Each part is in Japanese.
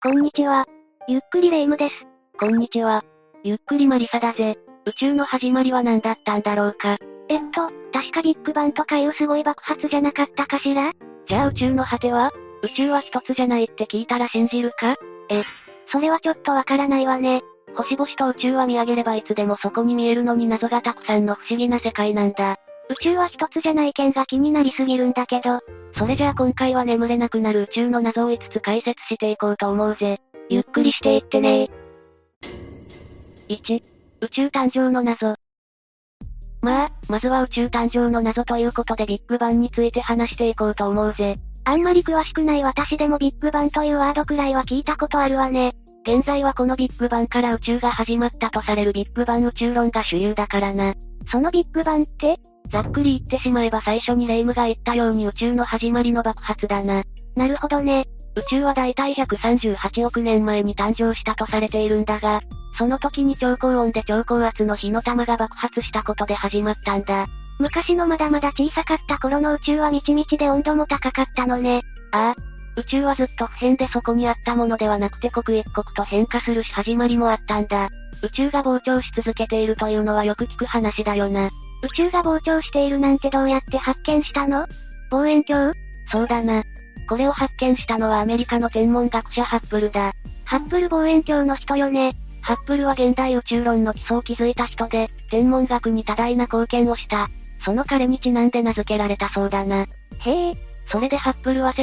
こんにちは。ゆっくりレ夢ムです。こんにちは。ゆっくりマリサだぜ。宇宙の始まりは何だったんだろうか。えっと、確かビッグバンとかいうすごい爆発じゃなかったかしらじゃあ宇宙の果ては宇宙は一つじゃないって聞いたら信じるかえ、それはちょっとわからないわね。星々と宇宙は見上げればいつでもそこに見えるのに謎がたくさんの不思議な世界なんだ。宇宙は一つじゃない件が気になりすぎるんだけど、それじゃあ今回は眠れなくなる宇宙の謎を5つ解説していこうと思うぜ。ゆっくりしていってね1、宇宙誕生の謎。まあ、まずは宇宙誕生の謎ということでビッグバンについて話していこうと思うぜ。あんまり詳しくない私でもビッグバンというワードくらいは聞いたことあるわね。現在はこのビッグバンから宇宙が始まったとされるビッグバン宇宙論が主流だからな。そのビッグバンってざっくり言ってしまえば最初にレイムが言ったように宇宙の始まりの爆発だな。なるほどね。宇宙はだいたい138億年前に誕生したとされているんだが、その時に超高温で超高圧の火の玉が爆発したことで始まったんだ。昔のまだまだ小さかった頃の宇宙はみちみちで温度も高かったのね。ああ。宇宙はずっと不変でそこにあったものではなくて刻一刻と変化するし始まりもあったんだ。宇宙が膨張し続けているというのはよく聞く話だよな。宇宙が膨張しているなんてどうやって発見したの望遠鏡そうだな。これを発見したのはアメリカの天文学者ハッブルだ。ハッブル望遠鏡の人よね。ハッブルは現代宇宙論の基礎を築いた人で、天文学に多大な貢献をした。その彼にちなんで名付けられたそうだな。へえ。それでハッブルは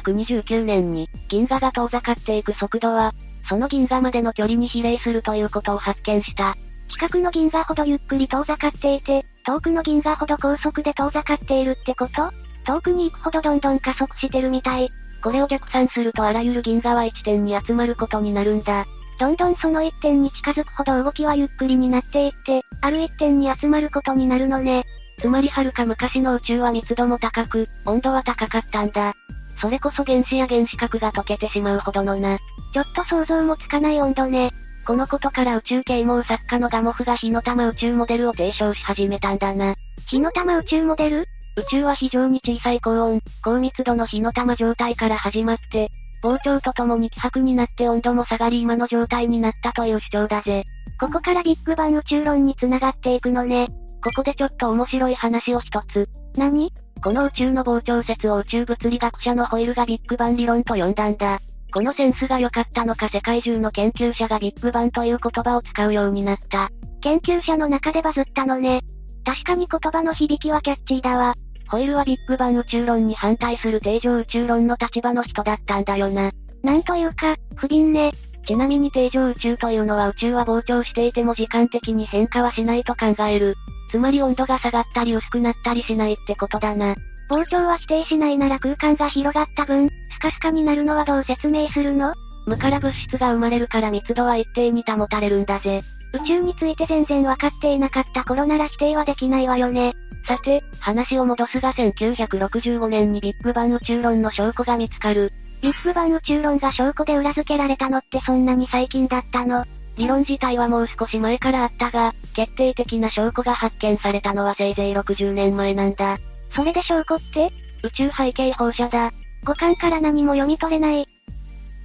1929年に、銀河が遠ざかっていく速度は、その銀河までの距離に比例するということを発見した。近くの銀河ほどゆっくり遠ざかっていて、遠くの銀河ほど高速で遠ざかっているってこと遠くに行くほどどんどん加速してるみたい。これを逆算するとあらゆる銀河は1点に集まることになるんだ。どんどんその1点に近づくほど動きはゆっくりになっていって、ある1点に集まることになるのね。つまりはるか昔の宇宙は密度も高く、温度は高かったんだ。それこそ原子や原子核が溶けてしまうほどのな。ちょっと想像もつかない温度ね。このことから宇宙啓蒙作家のガモフが火の玉宇宙モデルを提唱し始めたんだな。火の玉宇宙モデル宇宙は非常に小さい高温、高密度の火の玉状態から始まって、膨張とともに希薄になって温度も下がり今の状態になったという主張だぜ。ここからビッグバン宇宙論に繋がっていくのね。ここでちょっと面白い話を一つ。何この宇宙の膨張説を宇宙物理学者のホイルがビッグバン理論と呼んだんだ。このセンスが良かったのか世界中の研究者がビッグバンという言葉を使うようになった。研究者の中でバズったのね。確かに言葉の響きはキャッチーだわ。ホイールはビッグバン宇宙論に反対する定常宇宙論の立場の人だったんだよな。なんというか、不憫ね。ちなみに定常宇宙というのは宇宙は膨張していても時間的に変化はしないと考える。つまり温度が下がったり薄くなったりしないってことだな。膨張は否定しないなら空間が広がった分、スカスカになるのはどう説明するの無から物質が生まれるから密度は一定に保たれるんだぜ。宇宙について全然わかっていなかった頃なら否定はできないわよね。さて、話を戻すが1965年にビッグバン宇宙論の証拠が見つかる。ビッグバン宇宙論が証拠で裏付けられたのってそんなに最近だったの理論自体はもう少し前からあったが、決定的な証拠が発見されたのはせいぜい60年前なんだ。それで証拠って宇宙背景放射だ。五感から何も読み取れない。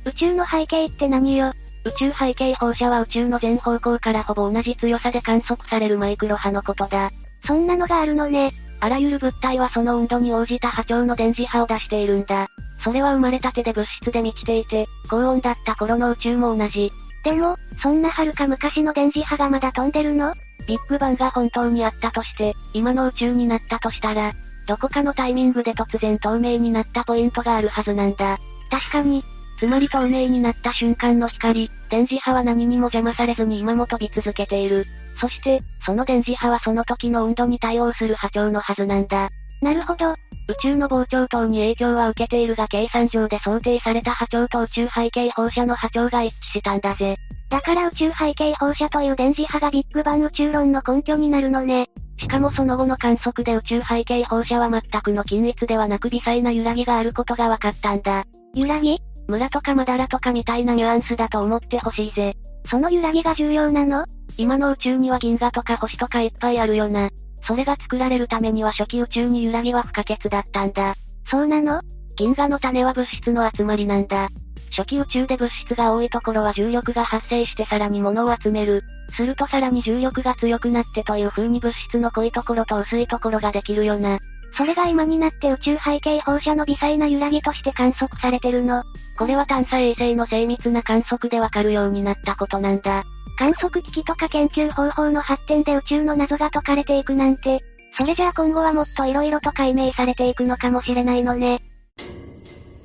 宇宙の背景って何よ宇宙背景放射は宇宙の全方向からほぼ同じ強さで観測されるマイクロ波のことだ。そんなのがあるのね。あらゆる物体はその温度に応じた波長の電磁波を出しているんだ。それは生まれたてで物質で満ちていて、高温だった頃の宇宙も同じ。でも、そんなはるか昔の電磁波がまだ飛んでるのビッグバンが本当にあったとして、今の宇宙になったとしたら、どこかのタイミングで突然透明になったポイントがあるはずなんだ。確かに。つまり透明になった瞬間の光、電磁波は何にも邪魔されずに今も飛び続けている。そして、その電磁波はその時の温度に対応する波長のはずなんだ。なるほど。宇宙の膨張等に影響は受けているが計算上で想定された波長と宇宙背景放射の波長が一致したんだぜ。だから宇宙背景放射という電磁波がビッグバン宇宙論の根拠になるのね。しかもその後の観測で宇宙背景放射は全くの均一ではなく微細な揺らぎがあることが分かったんだ。揺らぎ村とかまだらとかみたいなニュアンスだと思ってほしいぜ。その揺らぎが重要なの今の宇宙には銀河とか星とかいっぱいあるよな。それが作られるためには初期宇宙に揺らぎは不可欠だったんだ。そうなの銀河の種は物質の集まりなんだ。初期宇宙で物質が多いところは重力が発生してさらに物を集める。するとさらに重力が強くなってという風に物質の濃いところと薄いところができるよな。それが今になって宇宙背景放射の微細な揺らぎとして観測されてるの。これは探査衛星の精密な観測でわかるようになったことなんだ。観測機器とか研究方法の発展で宇宙の謎が解かれていくなんて、それじゃあ今後はもっと色々と解明されていくのかもしれないのね。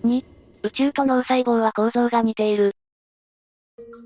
2、宇宙と脳細胞は構造が似ている。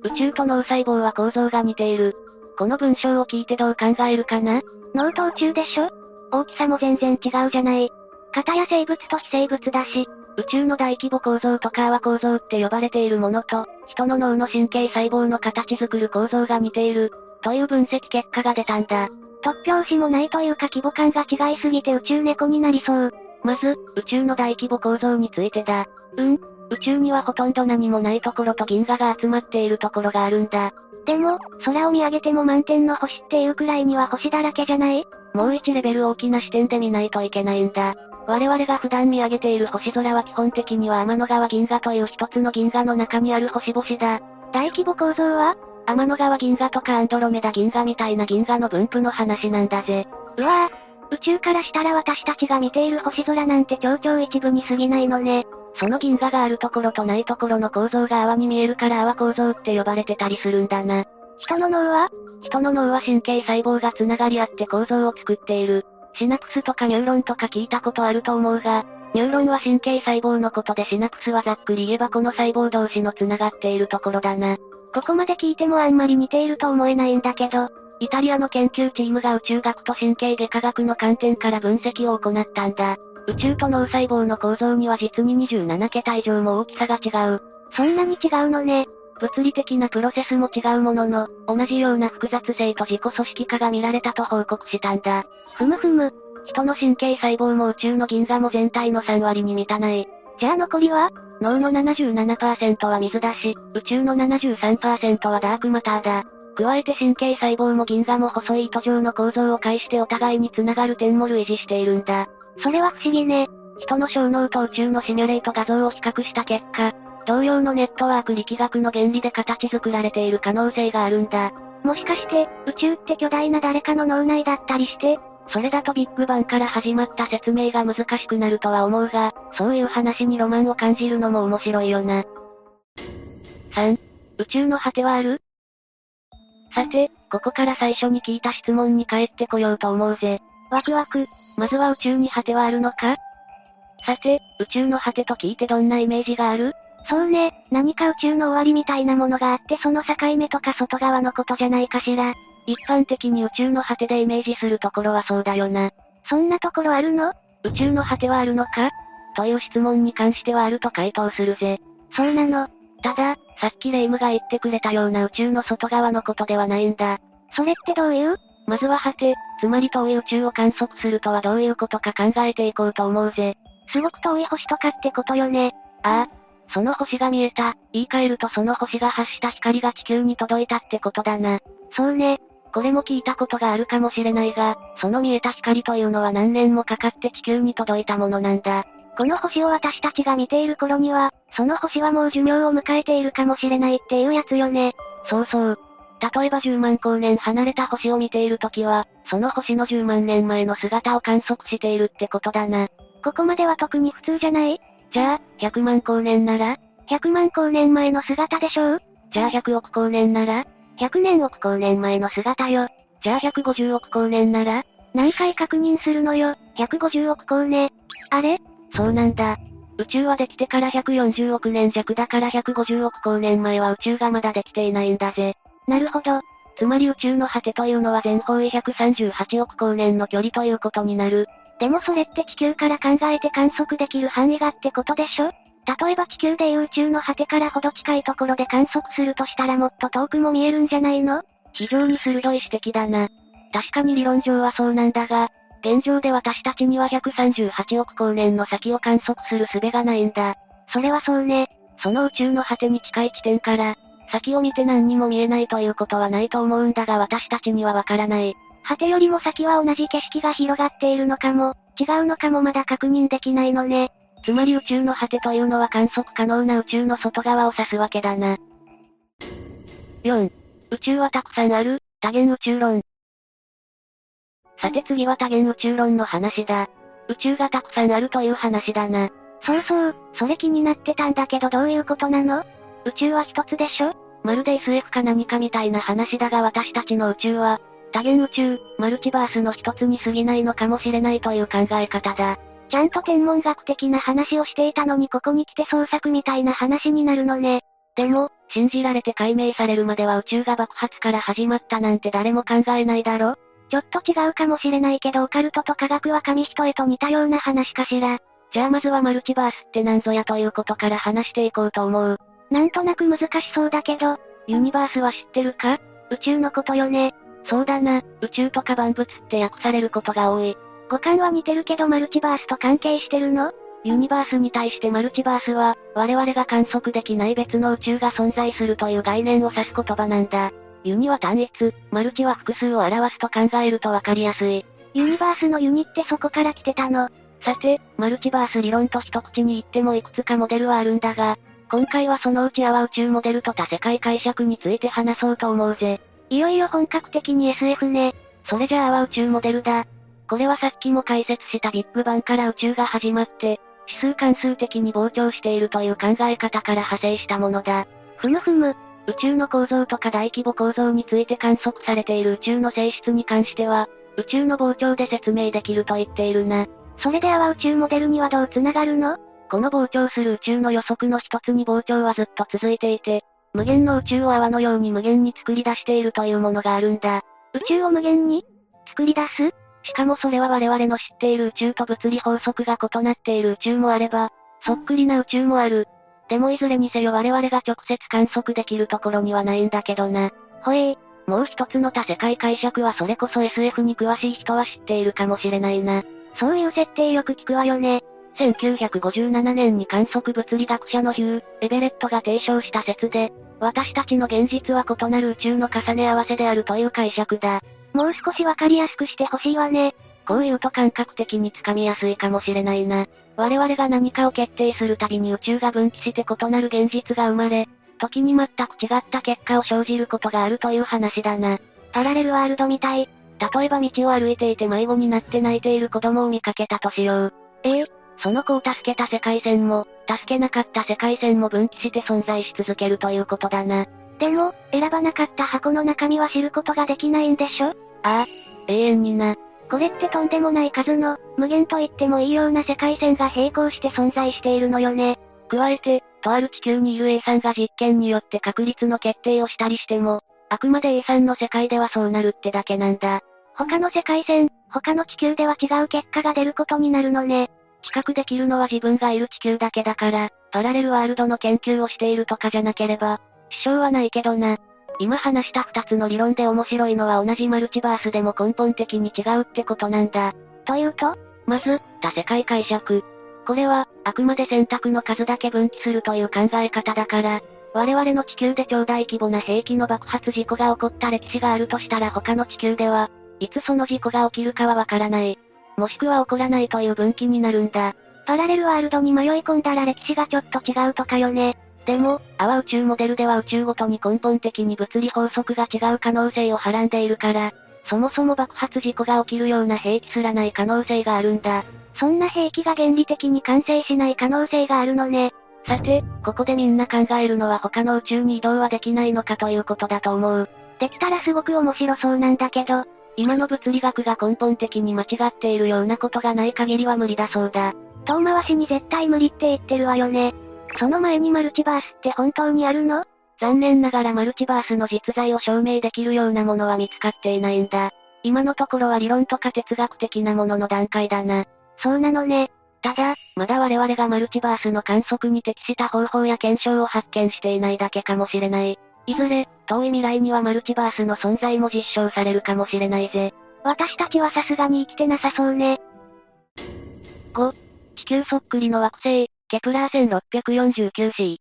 宇宙と脳細胞は構造が似ている。この文章を聞いてどう考えるかな脳と宇宙でしょ大きさも全然違うじゃない。型や生物と非生物だし、宇宙の大規模構造とか泡構造って呼ばれているものと、人の脳の神経細胞の形作る構造が似ている、という分析結果が出たんだ。突拍子もないというか規模感が違いすぎて宇宙猫になりそう。まず、宇宙の大規模構造についてだ。うん。宇宙にはほとんど何もないところと銀河が集まっているところがあるんだ。でも、空を見上げても満点の星っていうくらいには星だらけじゃないもう一レベル大きな視点で見ないといけないんだ。我々が普段見上げている星空は基本的には天の川銀河という一つの銀河の中にある星々だ。大規模構造は天の川銀河とかアンドロメダ銀河みたいな銀河の分布の話なんだぜ。うわぁ、宇宙からしたら私たちが見ている星空なんて超々一部に過ぎないのね。その銀河があるところとないところの構造が泡に見えるから泡構造って呼ばれてたりするんだな。人の脳は人の脳は神経細胞が繋がり合って構造を作っている。シナプスとかニューロンとか聞いたことあると思うが、ニューロンは神経細胞のことでシナプスはざっくり言えばこの細胞同士の繋がっているところだな。ここまで聞いてもあんまり似ていると思えないんだけど、イタリアの研究チームが宇宙学と神経外科学の観点から分析を行ったんだ。宇宙と脳細胞の構造には実に27桁以上も大きさが違う。そんなに違うのね。物理的なプロセスも違うものの、同じような複雑性と自己組織化が見られたと報告したんだ。ふむふむ。人の神経細胞も宇宙の銀河も全体の3割に満たない。じゃあ残りは脳の77%は水だし、宇宙の73%はダークマターだ。加えて神経細胞も銀河も細い糸状の構造を介してお互いに繋がる点も類似しているんだ。それは不思議ね。人の小脳と宇宙のシミュレート画像を比較した結果、同様のネットワーク力学の原理で形作られている可能性があるんだ。もしかして、宇宙って巨大な誰かの脳内だったりして、それだとビッグバンから始まった説明が難しくなるとは思うが、そういう話にロマンを感じるのも面白いよな。3. 宇宙の果てはあるさて、ここから最初に聞いた質問に帰ってこようと思うぜ。ワクワク。まずは宇宙に果てはあるのかさて、宇宙の果てと聞いてどんなイメージがあるそうね、何か宇宙の終わりみたいなものがあってその境目とか外側のことじゃないかしら。一般的に宇宙の果てでイメージするところはそうだよな。そんなところあるの宇宙の果てはあるのかという質問に関してはあると回答するぜ。そうなの。ただ、さっきレイムが言ってくれたような宇宙の外側のことではないんだ。それってどういうまずは果て、つまり遠い宇宙を観測するとはどういうことか考えていこうと思うぜ。すごく遠い星とかってことよね。ああ、その星が見えた。言い換えるとその星が発した光が地球に届いたってことだな。そうね。これも聞いたことがあるかもしれないが、その見えた光というのは何年もかかって地球に届いたものなんだ。この星を私たちが見ている頃には、その星はもう寿命を迎えているかもしれないっていうやつよね。そうそう。例えば10万光年離れた星を見ているときは、その星の10万年前の姿を観測しているってことだな。ここまでは特に普通じゃないじゃあ、100万光年なら ?100 万光年前の姿でしょうじゃあ100億光年なら ?100 年億光年前の姿よ。じゃあ150億光年なら何回確認するのよ。150億光年。あれそうなんだ。宇宙はできてから140億年弱だから150億光年前は宇宙がまだできていないんだぜ。なるほど。つまり宇宙の果てというのは全方位138億光年の距離ということになる。でもそれって地球から考えて観測できる範囲がってことでしょ例えば地球でいう宇宙の果てからほど近いところで観測するとしたらもっと遠くも見えるんじゃないの非常に鋭い指摘だな。確かに理論上はそうなんだが、現状で私たちには138億光年の先を観測する術がないんだ。それはそうね。その宇宙の果てに近い地点から、先を見て何にも見えないということはないと思うんだが私たちにはわからない。果てよりも先は同じ景色が広がっているのかも、違うのかもまだ確認できないのね。つまり宇宙の果てというのは観測可能な宇宙の外側を指すわけだな。4. 宇宙はたくさんある、多元宇宙論。さて次は多元宇宙論の話だ。宇宙がたくさんあるという話だな。そうそう、それ気になってたんだけどどういうことなの宇宙は一つでしょまるで SF か何かみたいな話だが私たちの宇宙は、多元宇宙、マルチバースの一つに過ぎないのかもしれないという考え方だ。ちゃんと天文学的な話をしていたのにここに来て創作みたいな話になるのね。でも、信じられて解明されるまでは宇宙が爆発から始まったなんて誰も考えないだろちょっと違うかもしれないけどオカルトと科学は紙一重と似たような話かしら。じゃあまずはマルチバースって何ぞやということから話していこうと思う。なんとなく難しそうだけど、ユニバースは知ってるか宇宙のことよね。そうだな、宇宙とか万物って訳されることが多い。五感は似てるけどマルチバースと関係してるのユニバースに対してマルチバースは、我々が観測できない別の宇宙が存在するという概念を指す言葉なんだ。ユニは単一、マルチは複数を表すと考えるとわかりやすい。ユニバースのユニってそこから来てたの。さて、マルチバース理論と一口に言ってもいくつかモデルはあるんだが、今回はそのうちアワ宇宙モデルと多世界解釈について話そうと思うぜ。いよいよ本格的に SF ね。それじゃあアワ宇宙モデルだ。これはさっきも解説したビッグバンから宇宙が始まって、指数関数的に膨張しているという考え方から派生したものだ。ふむふむ、宇宙の構造とか大規模構造について観測されている宇宙の性質に関しては、宇宙の膨張で説明できると言っているな。それでアワ宇宙モデルにはどうつながるのこの膨張する宇宙の予測の一つに膨張はずっと続いていて、無限の宇宙を泡のように無限に作り出しているというものがあるんだ。宇宙を無限に作り出すしかもそれは我々の知っている宇宙と物理法則が異なっている宇宙もあれば、そっくりな宇宙もある。でもいずれにせよ我々が直接観測できるところにはないんだけどな。ほえー、もう一つの多世界解釈はそれこそ SF に詳しい人は知っているかもしれないな。そういう設定よく聞くわよね。 1957年に観測物理学者のヒュー、エベレットが提唱した説で、私たちの現実は異なる宇宙の重ね合わせであるという解釈だ。もう少しわかりやすくしてほしいわね。こう言うと感覚的につかみやすいかもしれないな。我々が何かを決定するたびに宇宙が分岐して異なる現実が生まれ、時に全く違った結果を生じることがあるという話だな。パラレルワールドみたい。例えば道を歩いていて迷子になって泣いている子供を見かけたとしよう。ええその子を助けた世界線も、助けなかった世界線も分岐して存在し続けるということだな。でも、選ばなかった箱の中身は知ることができないんでしょああ、永遠にな。これってとんでもない数の、無限と言ってもいいような世界線が並行して存在しているのよね。加えて、とある地球にいる A さんが実験によって確率の決定をしたりしても、あくまで A さんの世界ではそうなるってだけなんだ。他の世界線、他の地球では違う結果が出ることになるのね。比較できるのは自分がいる地球だけだから、パラレルワールドの研究をしているとかじゃなければ、支障はないけどな。今話した二つの理論で面白いのは同じマルチバースでも根本的に違うってことなんだ。というとまず、多世界解釈。これは、あくまで選択の数だけ分岐するという考え方だから、我々の地球で超大規模な兵器の爆発事故が起こった歴史があるとしたら他の地球では、いつその事故が起きるかはわからない。もしくは起こらないという分岐になるんだ。パラレルワールドに迷い込んだら歴史がちょっと違うとかよね。でも、アワ宇宙モデルでは宇宙ごとに根本的に物理法則が違う可能性をはらんでいるから、そもそも爆発事故が起きるような兵器すらない可能性があるんだ。そんな兵器が原理的に完成しない可能性があるのね。さて、ここでみんな考えるのは他の宇宙に移動はできないのかということだと思う。できたらすごく面白そうなんだけど、今の物理学が根本的に間違っているようなことがない限りは無理だそうだ。遠回しに絶対無理って言ってるわよね。その前にマルチバースって本当にあるの残念ながらマルチバースの実在を証明できるようなものは見つかっていないんだ。今のところは理論とか哲学的なものの段階だな。そうなのね。ただ、まだ我々がマルチバースの観測に適した方法や検証を発見していないだけかもしれない。いずれ、遠い未来にはマルチバースの存在も実証されるかもしれないぜ。私たちはさすがに生きてなさそうね。 5、地球そっくりの惑星、ケプラー 1649c。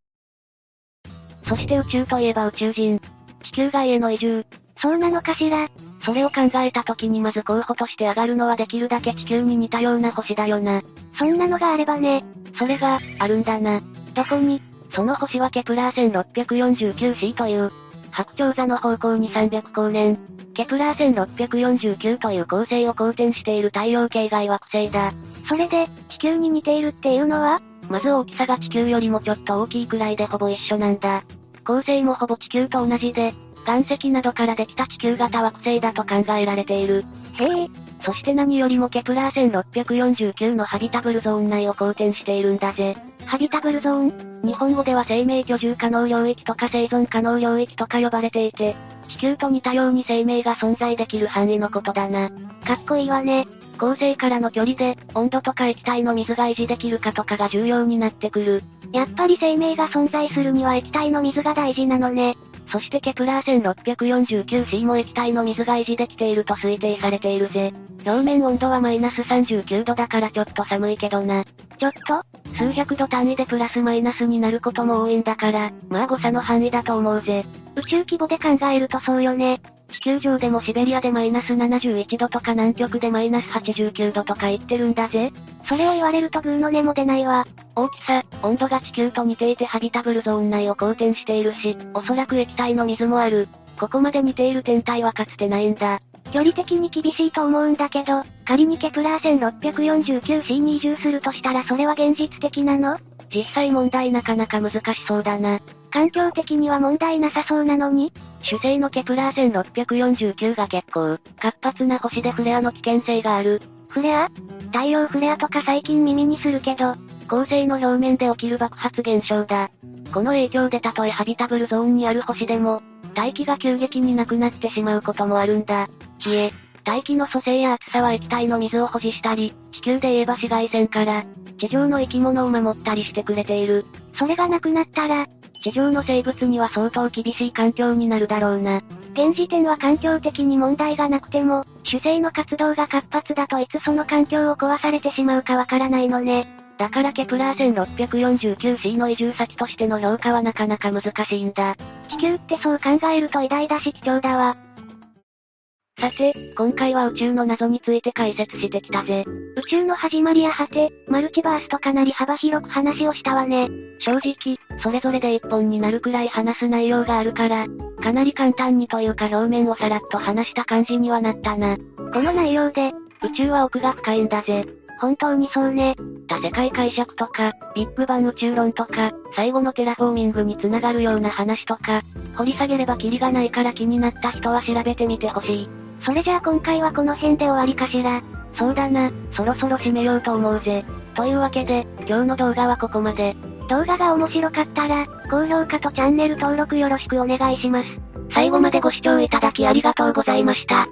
そして宇宙といえば宇宙人。地球外への移住。そうなのかしら。それを考えた時にまず候補として上がるのはできるだけ地球に似たような星だよな。そんなのがあればね。それが、あるんだな。どこにその星はケプラー 1649c という、白鳥座の方向に300光年、ケプラー1649という恒星を公転している太陽系外惑星だ。それで、地球に似ているっていうのはまず大きさが地球よりもちょっと大きいくらいでほぼ一緒なんだ。恒星もほぼ地球と同じで、岩石などからできた地球型惑星だと考えられている。へえ、そして何よりもケプラー1649のハビタブルゾーン内を公転しているんだぜ。ハビタブルゾーン日本語では生命居住可能領域とか生存可能領域とか呼ばれていて、地球と似たように生命が存在できる範囲のことだな。かっこいいわね。恒星からの距離で、温度とか液体の水が維持できるかとかが重要になってくる。やっぱり生命が存在するには液体の水が大事なのね。そしてケプラー 1649c も液体の水が維持できていると推定されているぜ。表面温度はマイナス39度だからちょっと寒いけどな。ちょっと数百度単位でプラスマイナスになることも多いんだから、まあ誤差の範囲だと思うぜ。宇宙規模で考えるとそうよね。地球上でもシベリアでマイナス71度とか南極でマイナス89度とか言ってるんだぜ。それを言われるとグーの根も出ないわ。大きさ、温度が地球と似ていてハビタブルゾーン内を公転しているし、おそらく液体の水もある。ここまで似ている天体はかつてないんだ。距離的に厳しいと思うんだけど、仮にケプラー 1649c に移住するとしたらそれは現実的なの実際問題なかなか難しそうだな。環境的には問題なさそうなのに主星のケプラー1649が結構、活発な星でフレアの危険性がある。フレア太陽フレアとか最近耳にするけど、恒星の表面で起きる爆発現象だ。この影響でたとえハビタブルゾーンにある星でも、大気が急激になくなってしまうこともあるんだ。冷え、大気の組成や厚さは液体の水を保持したり、地球で言えば紫外線から、地上の生き物を守ったりしてくれている。それがなくなったら、地上の生物には相当厳しい環境になるだろうな。現時点は環境的に問題がなくても、主星の活動が活発だといつその環境を壊されてしまうかわからないのね。だからケプラー 1649c の移住先としての評価はなかなか難しいんだ。地球ってそう考えると偉大だし貴重だわ。さて、今回は宇宙の謎について解説してきたぜ。宇宙の始まりや果て、マルチバースとかなり幅広く話をしたわね。正直、それぞれで一本になるくらい話す内容があるから、かなり簡単にというか表面をさらっと話した感じにはなったな。この内容で、宇宙は奥が深いんだぜ。本当にそうね。多世界解釈とか、ビッグバン宇宙論とか、最後のテラフォーミングに繋がるような話とか、掘り下げればキリがないから気になった人は調べてみてほしい。それじゃあ今回はこの辺で終わりかしら。そうだな、そろそろ締めようと思うぜ。というわけで、今日の動画はここまで。動画が面白かったら、高評価とチャンネル登録よろしくお願いします。最後までご視聴いただきありがとうございました。